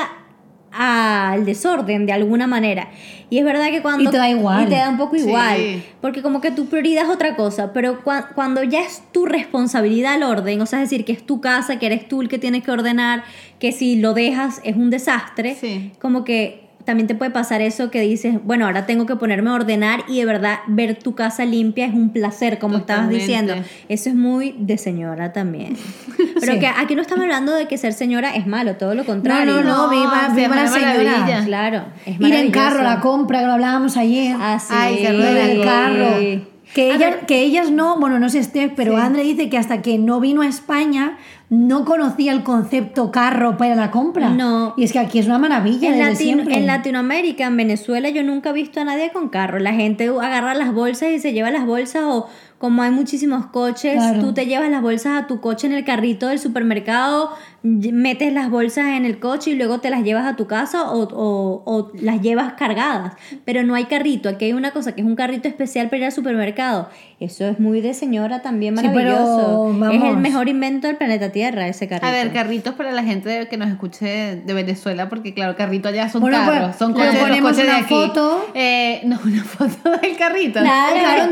Speaker 1: al desorden de alguna manera. Y es verdad que cuando...
Speaker 3: Y te da igual.
Speaker 1: Y te da un poco
Speaker 2: Sí.
Speaker 1: igual. Porque como que tu prioridad es otra cosa, pero cua- cuando ya es tu responsabilidad el orden, o sea, es decir, que es tu casa, que eres tú el que tienes que ordenar, que si lo dejas es un desastre,
Speaker 2: Sí.
Speaker 1: como que también te puede pasar eso que dices, bueno, ahora tengo que ponerme a ordenar y de verdad ver tu casa limpia es un placer, como
Speaker 2: Totalmente.
Speaker 1: estabas diciendo. Eso es muy de señora también. Pero
Speaker 3: Sí.
Speaker 1: que aquí no estamos hablando de que ser señora es malo, todo lo contrario.
Speaker 3: no, no, viva,
Speaker 2: No,
Speaker 3: viva
Speaker 2: se
Speaker 3: la
Speaker 2: llama la
Speaker 3: señora.
Speaker 2: maravilla.
Speaker 1: Claro, es
Speaker 3: Ir en carro a
Speaker 1: maravilloso.
Speaker 3: la compra, que lo hablábamos ayer.
Speaker 1: Ah, sí.
Speaker 2: Ay, qué
Speaker 3: Lo del
Speaker 2: Sí.
Speaker 3: carro. Que, ellas- que ellas no, bueno, no sé Steph, pero Andre dice que hasta que no vino a España no conocía el concepto carro para la compra.
Speaker 1: No.
Speaker 3: Y es que aquí es una maravilla.
Speaker 1: En,
Speaker 3: desde
Speaker 1: Latino-
Speaker 3: siempre.
Speaker 1: en Latinoamérica, en Venezuela, yo nunca he visto a nadie con carro. La gente agarra las bolsas y se lleva las bolsas o como hay muchísimos coches,
Speaker 3: Claro.
Speaker 1: tú te llevas las bolsas a tu coche en el carrito del supermercado, y- metes las bolsas en el coche y luego te las llevas a tu casa o, o- o las llevas cargadas. Pero no hay carrito. Aquí hay una cosa que es un carrito especial para ir al supermercado. Eso es muy de señora también
Speaker 3: Sí, pero,
Speaker 1: maravilloso. es el
Speaker 3: vamos.
Speaker 1: mejor invento del planeta Tierra, ese carrito.
Speaker 2: A ver, carritos para la gente que nos escuche de Venezuela, porque claro, carrito allá son
Speaker 3: Bueno, pues,
Speaker 2: carros, son
Speaker 3: le
Speaker 2: coches, los
Speaker 3: ponemos
Speaker 2: coches de
Speaker 3: una
Speaker 2: aquí.
Speaker 3: foto.
Speaker 2: Eh, no, una foto del carrito.
Speaker 1: Claro,
Speaker 3: Claro, en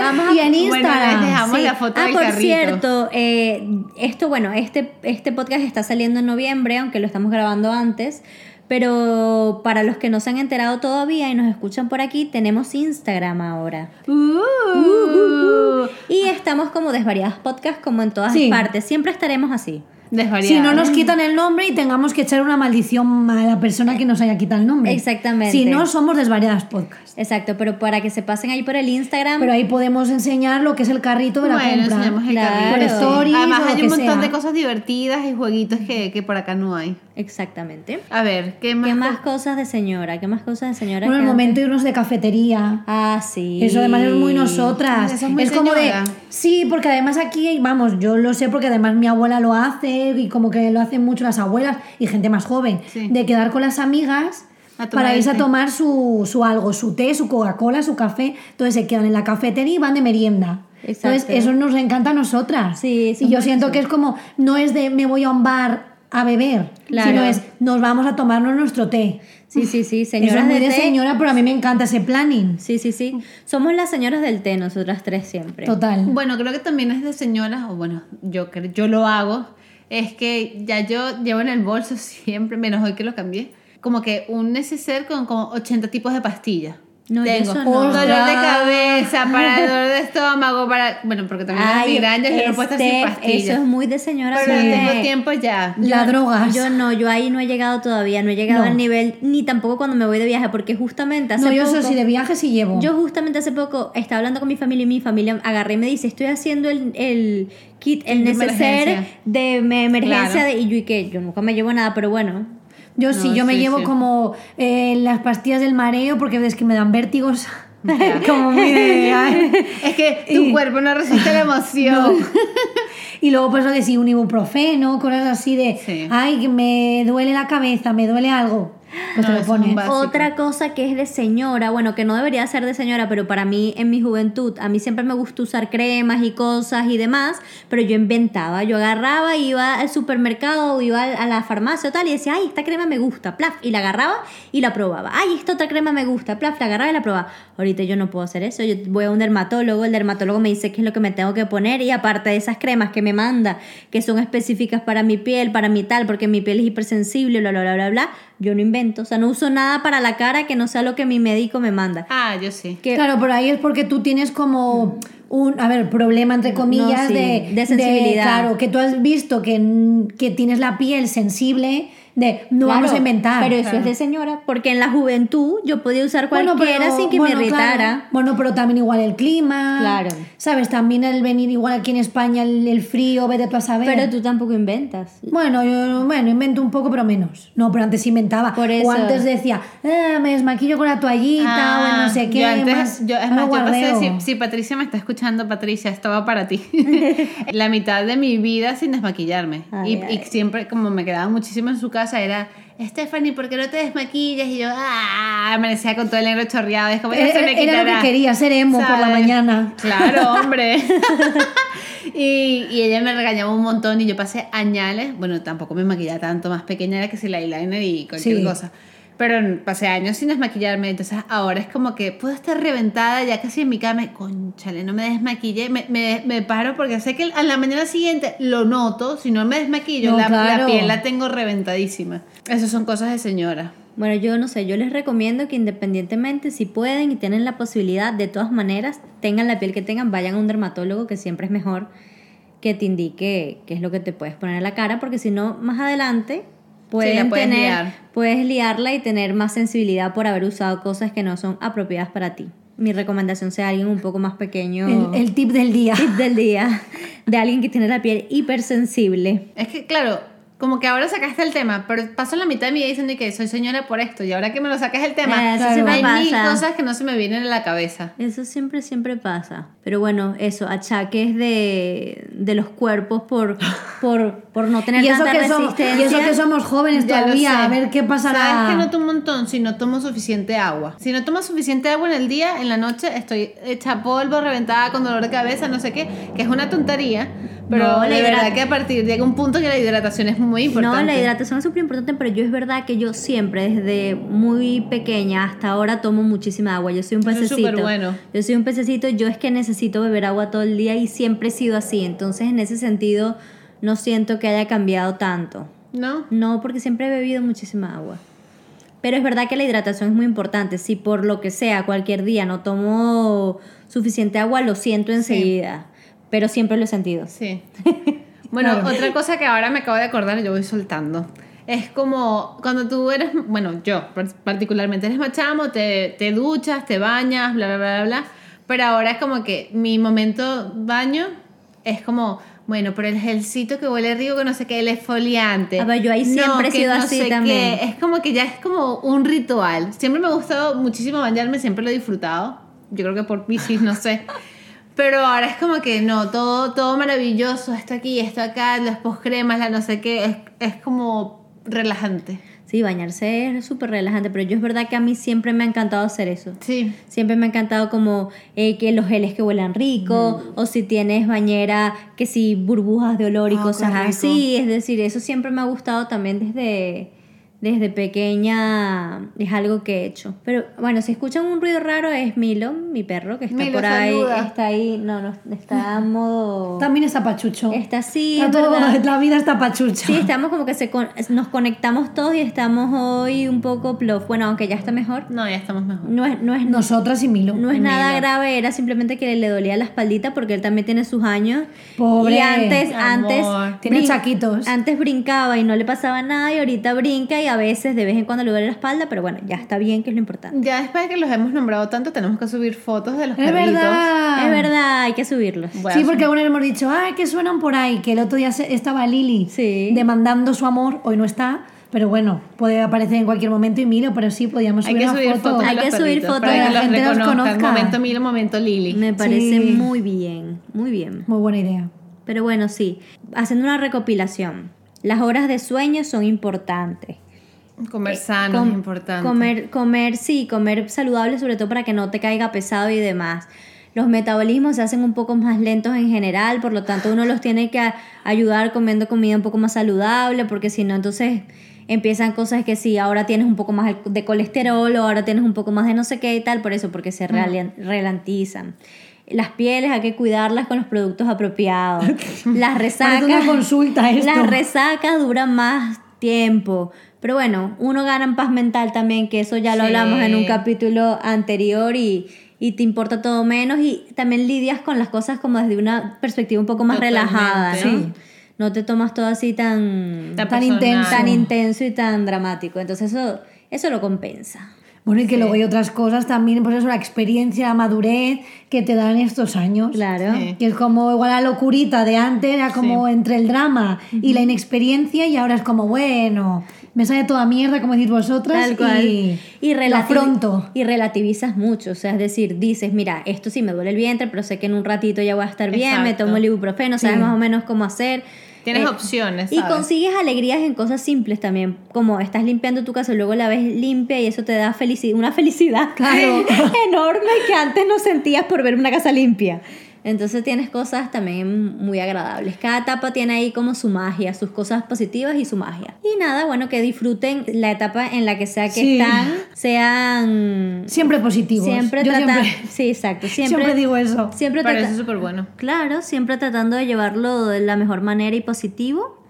Speaker 1: Vamos a-
Speaker 3: y en
Speaker 2: bueno, les
Speaker 3: Instagram.
Speaker 2: dejamos la foto
Speaker 1: ah,
Speaker 2: del
Speaker 1: por
Speaker 2: carrito.
Speaker 1: cierto, eh, esto, bueno, este, este podcast está saliendo en noviembre, aunque lo estamos grabando antes. Pero para los que no se han enterado todavía y nos escuchan por aquí, tenemos Instagram ahora.
Speaker 2: Uh,
Speaker 3: Uh-huh.
Speaker 1: Y estamos como Desvariadas Podcast, como en todas
Speaker 3: Ah. Sí.
Speaker 1: partes. Siempre estaremos así.
Speaker 2: Desvariada.
Speaker 3: Si no nos quitan el nombre y tengamos que echar una maldición a la persona que nos haya quitado el nombre.
Speaker 1: Exactamente.
Speaker 3: Si no, somos desvariadas podcast.
Speaker 1: Exacto, pero para que se pasen ahí por el Instagram.
Speaker 3: Pero ahí podemos enseñar lo que es el carrito de la
Speaker 2: Bueno,
Speaker 3: compra.
Speaker 2: enseñamos el
Speaker 1: Claro.
Speaker 2: carrito.
Speaker 1: Por
Speaker 3: stories
Speaker 2: Además,
Speaker 3: o lo
Speaker 2: hay
Speaker 3: que
Speaker 2: un montón
Speaker 3: sea.
Speaker 2: de cosas divertidas y jueguitos que, que por acá no hay.
Speaker 1: Exactamente.
Speaker 2: A ver, ¿qué más?
Speaker 1: ¿Qué más cosas de señora? ¿Qué más cosas de señora?
Speaker 3: Bueno, el
Speaker 1: que antes?
Speaker 3: momento de irnos de cafetería.
Speaker 1: Ah, sí.
Speaker 3: Eso además es muy nosotras.
Speaker 2: Eso es muy
Speaker 3: como de.
Speaker 2: señora.
Speaker 3: Sí, porque además aquí, vamos, yo lo sé porque además mi abuela lo hace y como que lo hacen mucho las abuelas y gente más joven.
Speaker 2: Sí.
Speaker 3: De quedar con las amigas
Speaker 2: A tomar este.
Speaker 3: para
Speaker 2: el
Speaker 3: irse a
Speaker 2: té.
Speaker 3: tomar su, su algo, su té, su Coca-Cola, su café. Entonces se quedan en la cafetería y van de merienda. Entonces
Speaker 1: Exacto.
Speaker 3: eso nos encanta a nosotras.
Speaker 1: Sí,
Speaker 3: y yo
Speaker 1: somos
Speaker 3: siento
Speaker 1: eso.
Speaker 3: que es como, no es de me voy a un bar a beber,
Speaker 1: Claro.
Speaker 3: sino es nos vamos a tomarnos nuestro té.
Speaker 1: Sí, sí, sí,
Speaker 3: Eso es
Speaker 1: señoras
Speaker 3: muy
Speaker 1: de
Speaker 3: de
Speaker 1: té.
Speaker 3: señora, pero a mí me encanta ese planning.
Speaker 1: Sí, sí,
Speaker 2: Mm.
Speaker 1: sí. Somos las señoras del té, nosotras tres siempre.
Speaker 3: Total.
Speaker 2: Bueno, creo que también es de señoras, o bueno, yo, cre- yo lo hago, es que ya yo llevo en el bolso siempre, menos hoy que lo cambié, como que un neceser con como 80 tipos de pastillas.
Speaker 1: No, yo
Speaker 2: Tengo
Speaker 1: eso no.
Speaker 2: dolor de
Speaker 3: Ostras.
Speaker 2: cabeza, para el dolor de estómago, para... Bueno, porque también las migrañas yo no puedo estar sin
Speaker 1: este, eso
Speaker 2: pastillas.
Speaker 1: es muy de señora.
Speaker 2: pero
Speaker 1: sí.
Speaker 2: no tengo tiempo ya.
Speaker 3: La
Speaker 1: Yo-
Speaker 3: drogas.
Speaker 1: Yo no, yo ahí no he llegado todavía, no he llegado
Speaker 3: No.
Speaker 1: al nivel, ni tampoco cuando me voy de viaje, porque justamente hace
Speaker 3: No, yo eso
Speaker 1: poco-
Speaker 3: sí, de viaje sí llevo.
Speaker 1: Yo justamente hace poco estaba hablando con mi familia y mi familia agarré y me dice, estoy haciendo el, el kit, el
Speaker 2: De
Speaker 1: neceser
Speaker 2: emergencia.
Speaker 1: de me- emergencia.
Speaker 2: Claro.
Speaker 1: De, y yo, ¿y qué? Yo nunca me llevo nada, pero bueno.
Speaker 3: Yo sí,
Speaker 2: No,
Speaker 3: yo me
Speaker 2: sí,
Speaker 3: llevo
Speaker 2: sí.
Speaker 3: como eh, las pastillas del mareo porque es que me dan vértigos. como muy de- ay.
Speaker 2: Es que tu
Speaker 3: Y-
Speaker 2: cuerpo no resiste la emoción.
Speaker 3: Y luego pues lo que sí, un ibuprofeno, cosas así de,
Speaker 2: Sí.
Speaker 3: ay, que me duele la cabeza, me duele algo.
Speaker 2: No,
Speaker 3: Pues te
Speaker 2: eso
Speaker 3: lo
Speaker 2: es un
Speaker 3: pones.
Speaker 2: va- Básico.
Speaker 1: Otra cosa que es de señora, bueno, que no debería ser de señora, pero para mí en mi juventud, a mí siempre me gustó usar cremas y cosas y demás, pero yo inventaba, yo agarraba, iba al supermercado, o iba al- a la farmacia o tal, y decía, ay, esta crema me gusta, plaf, y la agarraba y la probaba, ay, esta otra crema me gusta, plaf, la agarraba y la probaba. Ahorita yo no puedo hacer eso, yo voy a un dermatólogo, el dermatólogo me dice qué es lo que me tengo que poner, y aparte de esas cremas que me manda, que son específicas para mi piel, para mi tal, porque mi piel es hipersensible, bla, bla, bla, bla, bla, yo no invento, o sea, no uso nada para la cara que no sea lo que mi médico me manda.
Speaker 2: Ah, yo sí.
Speaker 1: que-
Speaker 3: Claro, pero ahí es porque tú tienes como un, a ver, problema entre comillas
Speaker 1: sí,
Speaker 3: de,
Speaker 1: de sensibilidad.
Speaker 3: claro, que tú has visto que, que tienes la piel sensible de, no
Speaker 1: Claro,
Speaker 3: vamos a inventar.
Speaker 1: Pero eso
Speaker 2: Claro.
Speaker 1: es de señora, porque en la juventud yo podía usar
Speaker 3: Bueno,
Speaker 1: cualquiera
Speaker 3: pero-
Speaker 1: sin que
Speaker 3: bueno,
Speaker 1: me irritara.
Speaker 3: claro. Bueno, pero también igual el clima.
Speaker 1: Claro.
Speaker 3: ¿Sabes? También el venir igual aquí en España, el, el frío, vete tú a saber.
Speaker 1: Pero tú tampoco inventas.
Speaker 3: Bueno, yo bueno, invento un poco, pero menos. No, pero antes inventaba.
Speaker 1: Por eso.
Speaker 3: O antes decía, "Ah, me desmaquillo con la toallita o
Speaker 1: Ah,
Speaker 3: el no sé qué.
Speaker 2: Ah, Yo antes,
Speaker 3: más-
Speaker 2: yo, es
Speaker 3: más
Speaker 2: más, yo pasé,
Speaker 3: guardeo.
Speaker 2: si, si Patricia me está escuchando, Patricia, estaba para ti. la mitad de mi vida sin desmaquillarme.
Speaker 1: Ay,
Speaker 2: y,
Speaker 1: ay.
Speaker 2: y siempre, como me quedaba muchísimo en su casa, era, Stephanie, ¿por qué no te desmaquillas? Y yo, ah, amanecía con todo el negro chorreado. Es como, ya se me
Speaker 3: Eh, Era- Era lo
Speaker 2: quitará".
Speaker 3: que quería, ser emo por la
Speaker 2: ¿Sabes?
Speaker 3: mañana.
Speaker 2: Claro, hombre. y, y ella me regañaba un montón y yo pasé añales. Bueno, tampoco me maquillaba tanto, más pequeña era que si el eyeliner y cualquier
Speaker 3: Sí.
Speaker 2: cosa. Pero pasé años sin desmaquillarme, entonces ahora es como que puedo estar reventada ya casi en mi cama. Conchale, no me desmaquillé, me, me, me paro porque sé que a la mañana siguiente lo noto. Si no me desmaquillo,
Speaker 3: No,
Speaker 2: la, la
Speaker 3: claro.
Speaker 2: piel la tengo reventadísima. Esas son cosas de señora.
Speaker 1: Bueno, yo no sé, yo les recomiendo que independientemente, si pueden y tienen la posibilidad, de todas maneras, tengan la piel que tengan, vayan a un dermatólogo, que siempre es mejor que te indique qué es lo que te puedes poner en la cara, porque si no, más adelante pueden
Speaker 2: la puedes
Speaker 1: tener,
Speaker 2: liar.
Speaker 1: puedes liarla y tener más sensibilidad por haber usado cosas que no son apropiadas para ti. Mi recomendación sea alguien un poco más pequeño.
Speaker 3: El, el tip del día.
Speaker 1: tip del día de alguien que tiene la piel hipersensible.
Speaker 2: Es que, claro, como que ahora sacaste el tema, pero paso la mitad de mi vida diciendo que soy señora por esto, y ahora que me lo sacas el tema,
Speaker 1: Ah, eso
Speaker 3: claro.
Speaker 1: siempre
Speaker 2: hay mil
Speaker 1: pasa.
Speaker 2: cosas que no se me vienen a la cabeza.
Speaker 1: Eso siempre, siempre pasa. Pero bueno, eso, achaques de, de los cuerpos por, por, por no tener
Speaker 3: Y eso,
Speaker 1: tanta
Speaker 3: que somos, y
Speaker 1: resistencia.
Speaker 3: eso que somos jóvenes
Speaker 2: Ya lo sé.
Speaker 3: todavía, a ver qué
Speaker 2: Sabes
Speaker 3: pasará.
Speaker 2: que no tomo un montón si no tomo suficiente agua. Si no tomo suficiente agua en el día, en la noche estoy hecha polvo, reventada, con dolor de cabeza, no sé qué, que es una tontería. Pero
Speaker 1: No, la
Speaker 2: de verdad
Speaker 1: hidrat-
Speaker 2: que a partir de un punto que la hidratación es muy importante.
Speaker 1: No, la hidratación es súper importante, pero yo es verdad que yo siempre, desde muy pequeña hasta ahora, tomo muchísima agua. Yo soy un
Speaker 2: Eso es
Speaker 1: pececito.
Speaker 2: superbueno.
Speaker 1: Yo soy un pececito, yo es que necesito beber agua todo el día y siempre he sido así. Entonces, en ese sentido, no siento que haya cambiado tanto.
Speaker 2: ¿No?
Speaker 1: No, porque siempre he bebido muchísima agua. Pero es verdad que la hidratación es muy importante. Si por lo que sea, cualquier día no tomo suficiente agua, lo siento enseguida. Pero siempre lo he sentido.
Speaker 2: Sí. Bueno, otra cosa que ahora me acabo de acordar, yo voy soltando. Es como cuando tú eres, bueno, yo par- particularmente eres machamo, te, te duchas, te bañas, bla, bla, bla, bla, bla. Pero ahora es como que mi momento baño es como, bueno, pero el gelcito que huele rico, que no sé qué, el esfoliante.
Speaker 1: A ver, yo ahí
Speaker 2: No,
Speaker 1: siempre he
Speaker 2: que
Speaker 1: sido
Speaker 2: no
Speaker 1: así
Speaker 2: sé qué.
Speaker 1: también.
Speaker 2: Es como que ya es como un ritual. Siempre me ha gustado muchísimo bañarme, siempre lo he disfrutado. Yo creo que por piscis, no sé. Pero ahora es como que no, todo, todo maravilloso, esto aquí, esto acá, las poscremas, la no sé qué, es, es como relajante.
Speaker 1: Sí, bañarse es súper relajante, pero yo es verdad que a mí siempre me ha encantado hacer eso.
Speaker 2: Sí.
Speaker 1: Siempre me ha encantado como eh, que los geles que huelan rico, o si tienes bañera, que si burbujas de olor y
Speaker 3: Mm. Ah,
Speaker 1: cosas
Speaker 3: qué rico.
Speaker 1: así. Es decir, eso siempre me ha gustado también desde, desde pequeña. Es algo que he hecho. Pero bueno, si escuchan un ruido raro es Milo, mi perro, que está
Speaker 2: Milo,
Speaker 1: por ahí.
Speaker 2: saluda.
Speaker 1: Está ahí, no, no, está a modo...
Speaker 3: También está pachucho.
Speaker 1: Está así,
Speaker 3: Está
Speaker 1: es
Speaker 3: todo-
Speaker 1: verdad.
Speaker 3: la vida está pachucha.
Speaker 1: Sí, estamos como que se con- nos conectamos todos y estamos hoy un poco plof. Bueno, aunque ya está mejor.
Speaker 2: No, ya estamos mejor.
Speaker 1: No es, no es, no
Speaker 3: Nosotras y Milo.
Speaker 1: es nada grave, era simplemente que le dolía la espaldita porque él también tiene sus años.
Speaker 3: Pobre,
Speaker 1: y antes,
Speaker 2: amor.
Speaker 1: antes.
Speaker 3: Tiene
Speaker 1: brin-
Speaker 3: chaquitos.
Speaker 1: Antes brincaba y no le pasaba nada y ahorita brinca y a veces de vez en cuando le duele la espalda, pero bueno, ya está bien, que es lo importante.
Speaker 2: Ya después de que los hemos nombrado tanto, tenemos que subir fotos de los
Speaker 3: Es
Speaker 2: perritos.
Speaker 3: verdad.
Speaker 1: Es verdad, hay que subirlos.
Speaker 2: Bueno,
Speaker 3: Sí, porque alguna vez hemos dicho, ah, que suenan por ahí, que el otro día se- estaba Lili
Speaker 1: Sí.
Speaker 3: demandando su amor, hoy no está, pero bueno, puede aparecer en cualquier momento y Milo, pero sí, podíamos
Speaker 2: hay
Speaker 3: subir
Speaker 2: que
Speaker 3: una
Speaker 2: subir
Speaker 3: foto.
Speaker 2: fotos. de
Speaker 1: Hay
Speaker 2: los
Speaker 1: que subir
Speaker 2: perritos,
Speaker 1: fotos
Speaker 2: para
Speaker 1: de
Speaker 2: que
Speaker 1: la
Speaker 2: los
Speaker 3: gente, los
Speaker 2: reconozcan.
Speaker 3: conozca.
Speaker 2: Momento Milo, momento Lili.
Speaker 1: Me parece
Speaker 3: Sí.
Speaker 1: muy bien, muy bien.
Speaker 3: Muy buena idea.
Speaker 1: Pero bueno, sí, haciendo una recopilación, las horas de sueño son importantes.
Speaker 2: Comer sano
Speaker 1: Com-
Speaker 2: es importante.
Speaker 1: Comer, comer, sí, comer saludable, sobre todo para que no te caiga pesado y demás. Los metabolismos se hacen un poco más lentos en general, por lo tanto uno los tiene que a- ayudar comiendo comida un poco más saludable, porque si no, entonces empiezan cosas que si ahora tienes un poco más de- de colesterol o ahora tienes un poco más de no sé qué y tal, por eso, porque
Speaker 2: Mm.
Speaker 1: se realen- ralentizan. Las pieles hay que cuidarlas con los productos apropiados. Las resacas.
Speaker 3: una consulta esto.
Speaker 1: Las resacas duran más tiempo. Pero bueno, uno gana en paz mental también, que eso ya lo
Speaker 2: Sí.
Speaker 1: hablamos en un capítulo anterior y, y te importa todo menos y también lidias con las cosas como desde una perspectiva un poco más
Speaker 2: Totalmente,
Speaker 1: relajada, ¿no?
Speaker 2: sí.
Speaker 1: No te tomas todo así tan,
Speaker 2: Tan
Speaker 1: tan,
Speaker 2: personal.
Speaker 1: intenso. tan intenso y tan dramático. Entonces eso, eso lo compensa.
Speaker 3: Bueno, y que luego hay otras cosas también, pues eso, la experiencia, la madurez que te dan estos años.
Speaker 1: Claro.
Speaker 2: Sí.
Speaker 3: Que es como igual la locurita de antes, era como entre el drama y la inexperiencia, y ahora es como, bueno, me sale toda mierda, como decís vosotras,
Speaker 1: Tal cual.
Speaker 3: y,
Speaker 1: Y,
Speaker 3: lo
Speaker 1: relativi-
Speaker 3: afronto.
Speaker 1: y relativizas mucho. O sea, es decir, dices, mira, esto sí me duele el vientre, pero sé que en un ratito ya voy a estar bien, me
Speaker 2: Exacto.
Speaker 1: tomo el ibuprofeno, sabes más o menos cómo hacer.
Speaker 2: Tienes
Speaker 1: Eh,
Speaker 2: opciones.
Speaker 1: Y
Speaker 2: ¿sabes?
Speaker 1: consigues alegrías en cosas simples también, como estás limpiando tu casa, luego la ves limpia y eso te da felici- una felicidad enorme que antes no sentías por ver una casa limpia. Entonces tienes cosas también muy agradables. Cada etapa tiene ahí como su magia, sus cosas positivas y su magia. Y nada, bueno, que disfruten la etapa en la que sea que
Speaker 3: Sí.
Speaker 1: están, sean
Speaker 3: Siempre positivos.
Speaker 1: siempre
Speaker 3: Yo
Speaker 1: tratan-
Speaker 3: siempre,
Speaker 1: Sí, exacto. Siempre,
Speaker 3: siempre digo eso.
Speaker 1: siempre
Speaker 2: Pero
Speaker 1: trata-
Speaker 2: eso es súper bueno.
Speaker 1: Claro, siempre tratando de llevarlo de la mejor manera y positivo.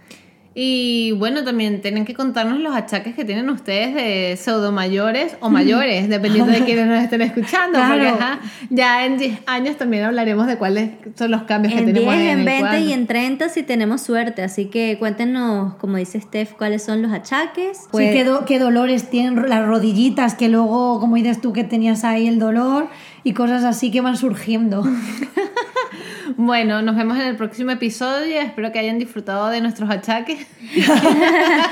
Speaker 2: Y bueno, también tienen que contarnos los achaques que tienen ustedes de pseudo mayores o mayores, dependiendo de quiénes nos estén escuchando.
Speaker 3: Claro.
Speaker 2: Porque ajá, ya en 10 años también hablaremos de cuáles son los cambios que
Speaker 1: En 10,
Speaker 2: tenemos. ahí
Speaker 1: en
Speaker 2: el
Speaker 1: 20 y
Speaker 2: cuadro.
Speaker 1: en 30 si tenemos suerte. Así que cuéntenos, como dice Steph, cuáles son los achaques.
Speaker 3: Sí,
Speaker 1: Pues,
Speaker 3: qué, do- qué dolores tienen las rodillitas, que luego, como dices tú, que tenías ahí el dolor y cosas así que van surgiendo.
Speaker 2: Bueno, nos vemos en el próximo episodio. Espero que hayan disfrutado de nuestros achaques.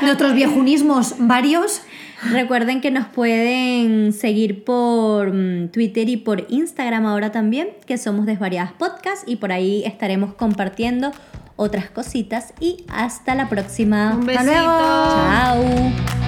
Speaker 3: Nuestros viejunismos varios.
Speaker 1: Recuerden que nos pueden seguir por mm, Twitter y por Instagram ahora también, que somos Desvariadas Podcast y por ahí estaremos compartiendo otras cositas y hasta la próxima.
Speaker 2: Un
Speaker 1: Hasta
Speaker 2: besito.
Speaker 1: luego. Chao.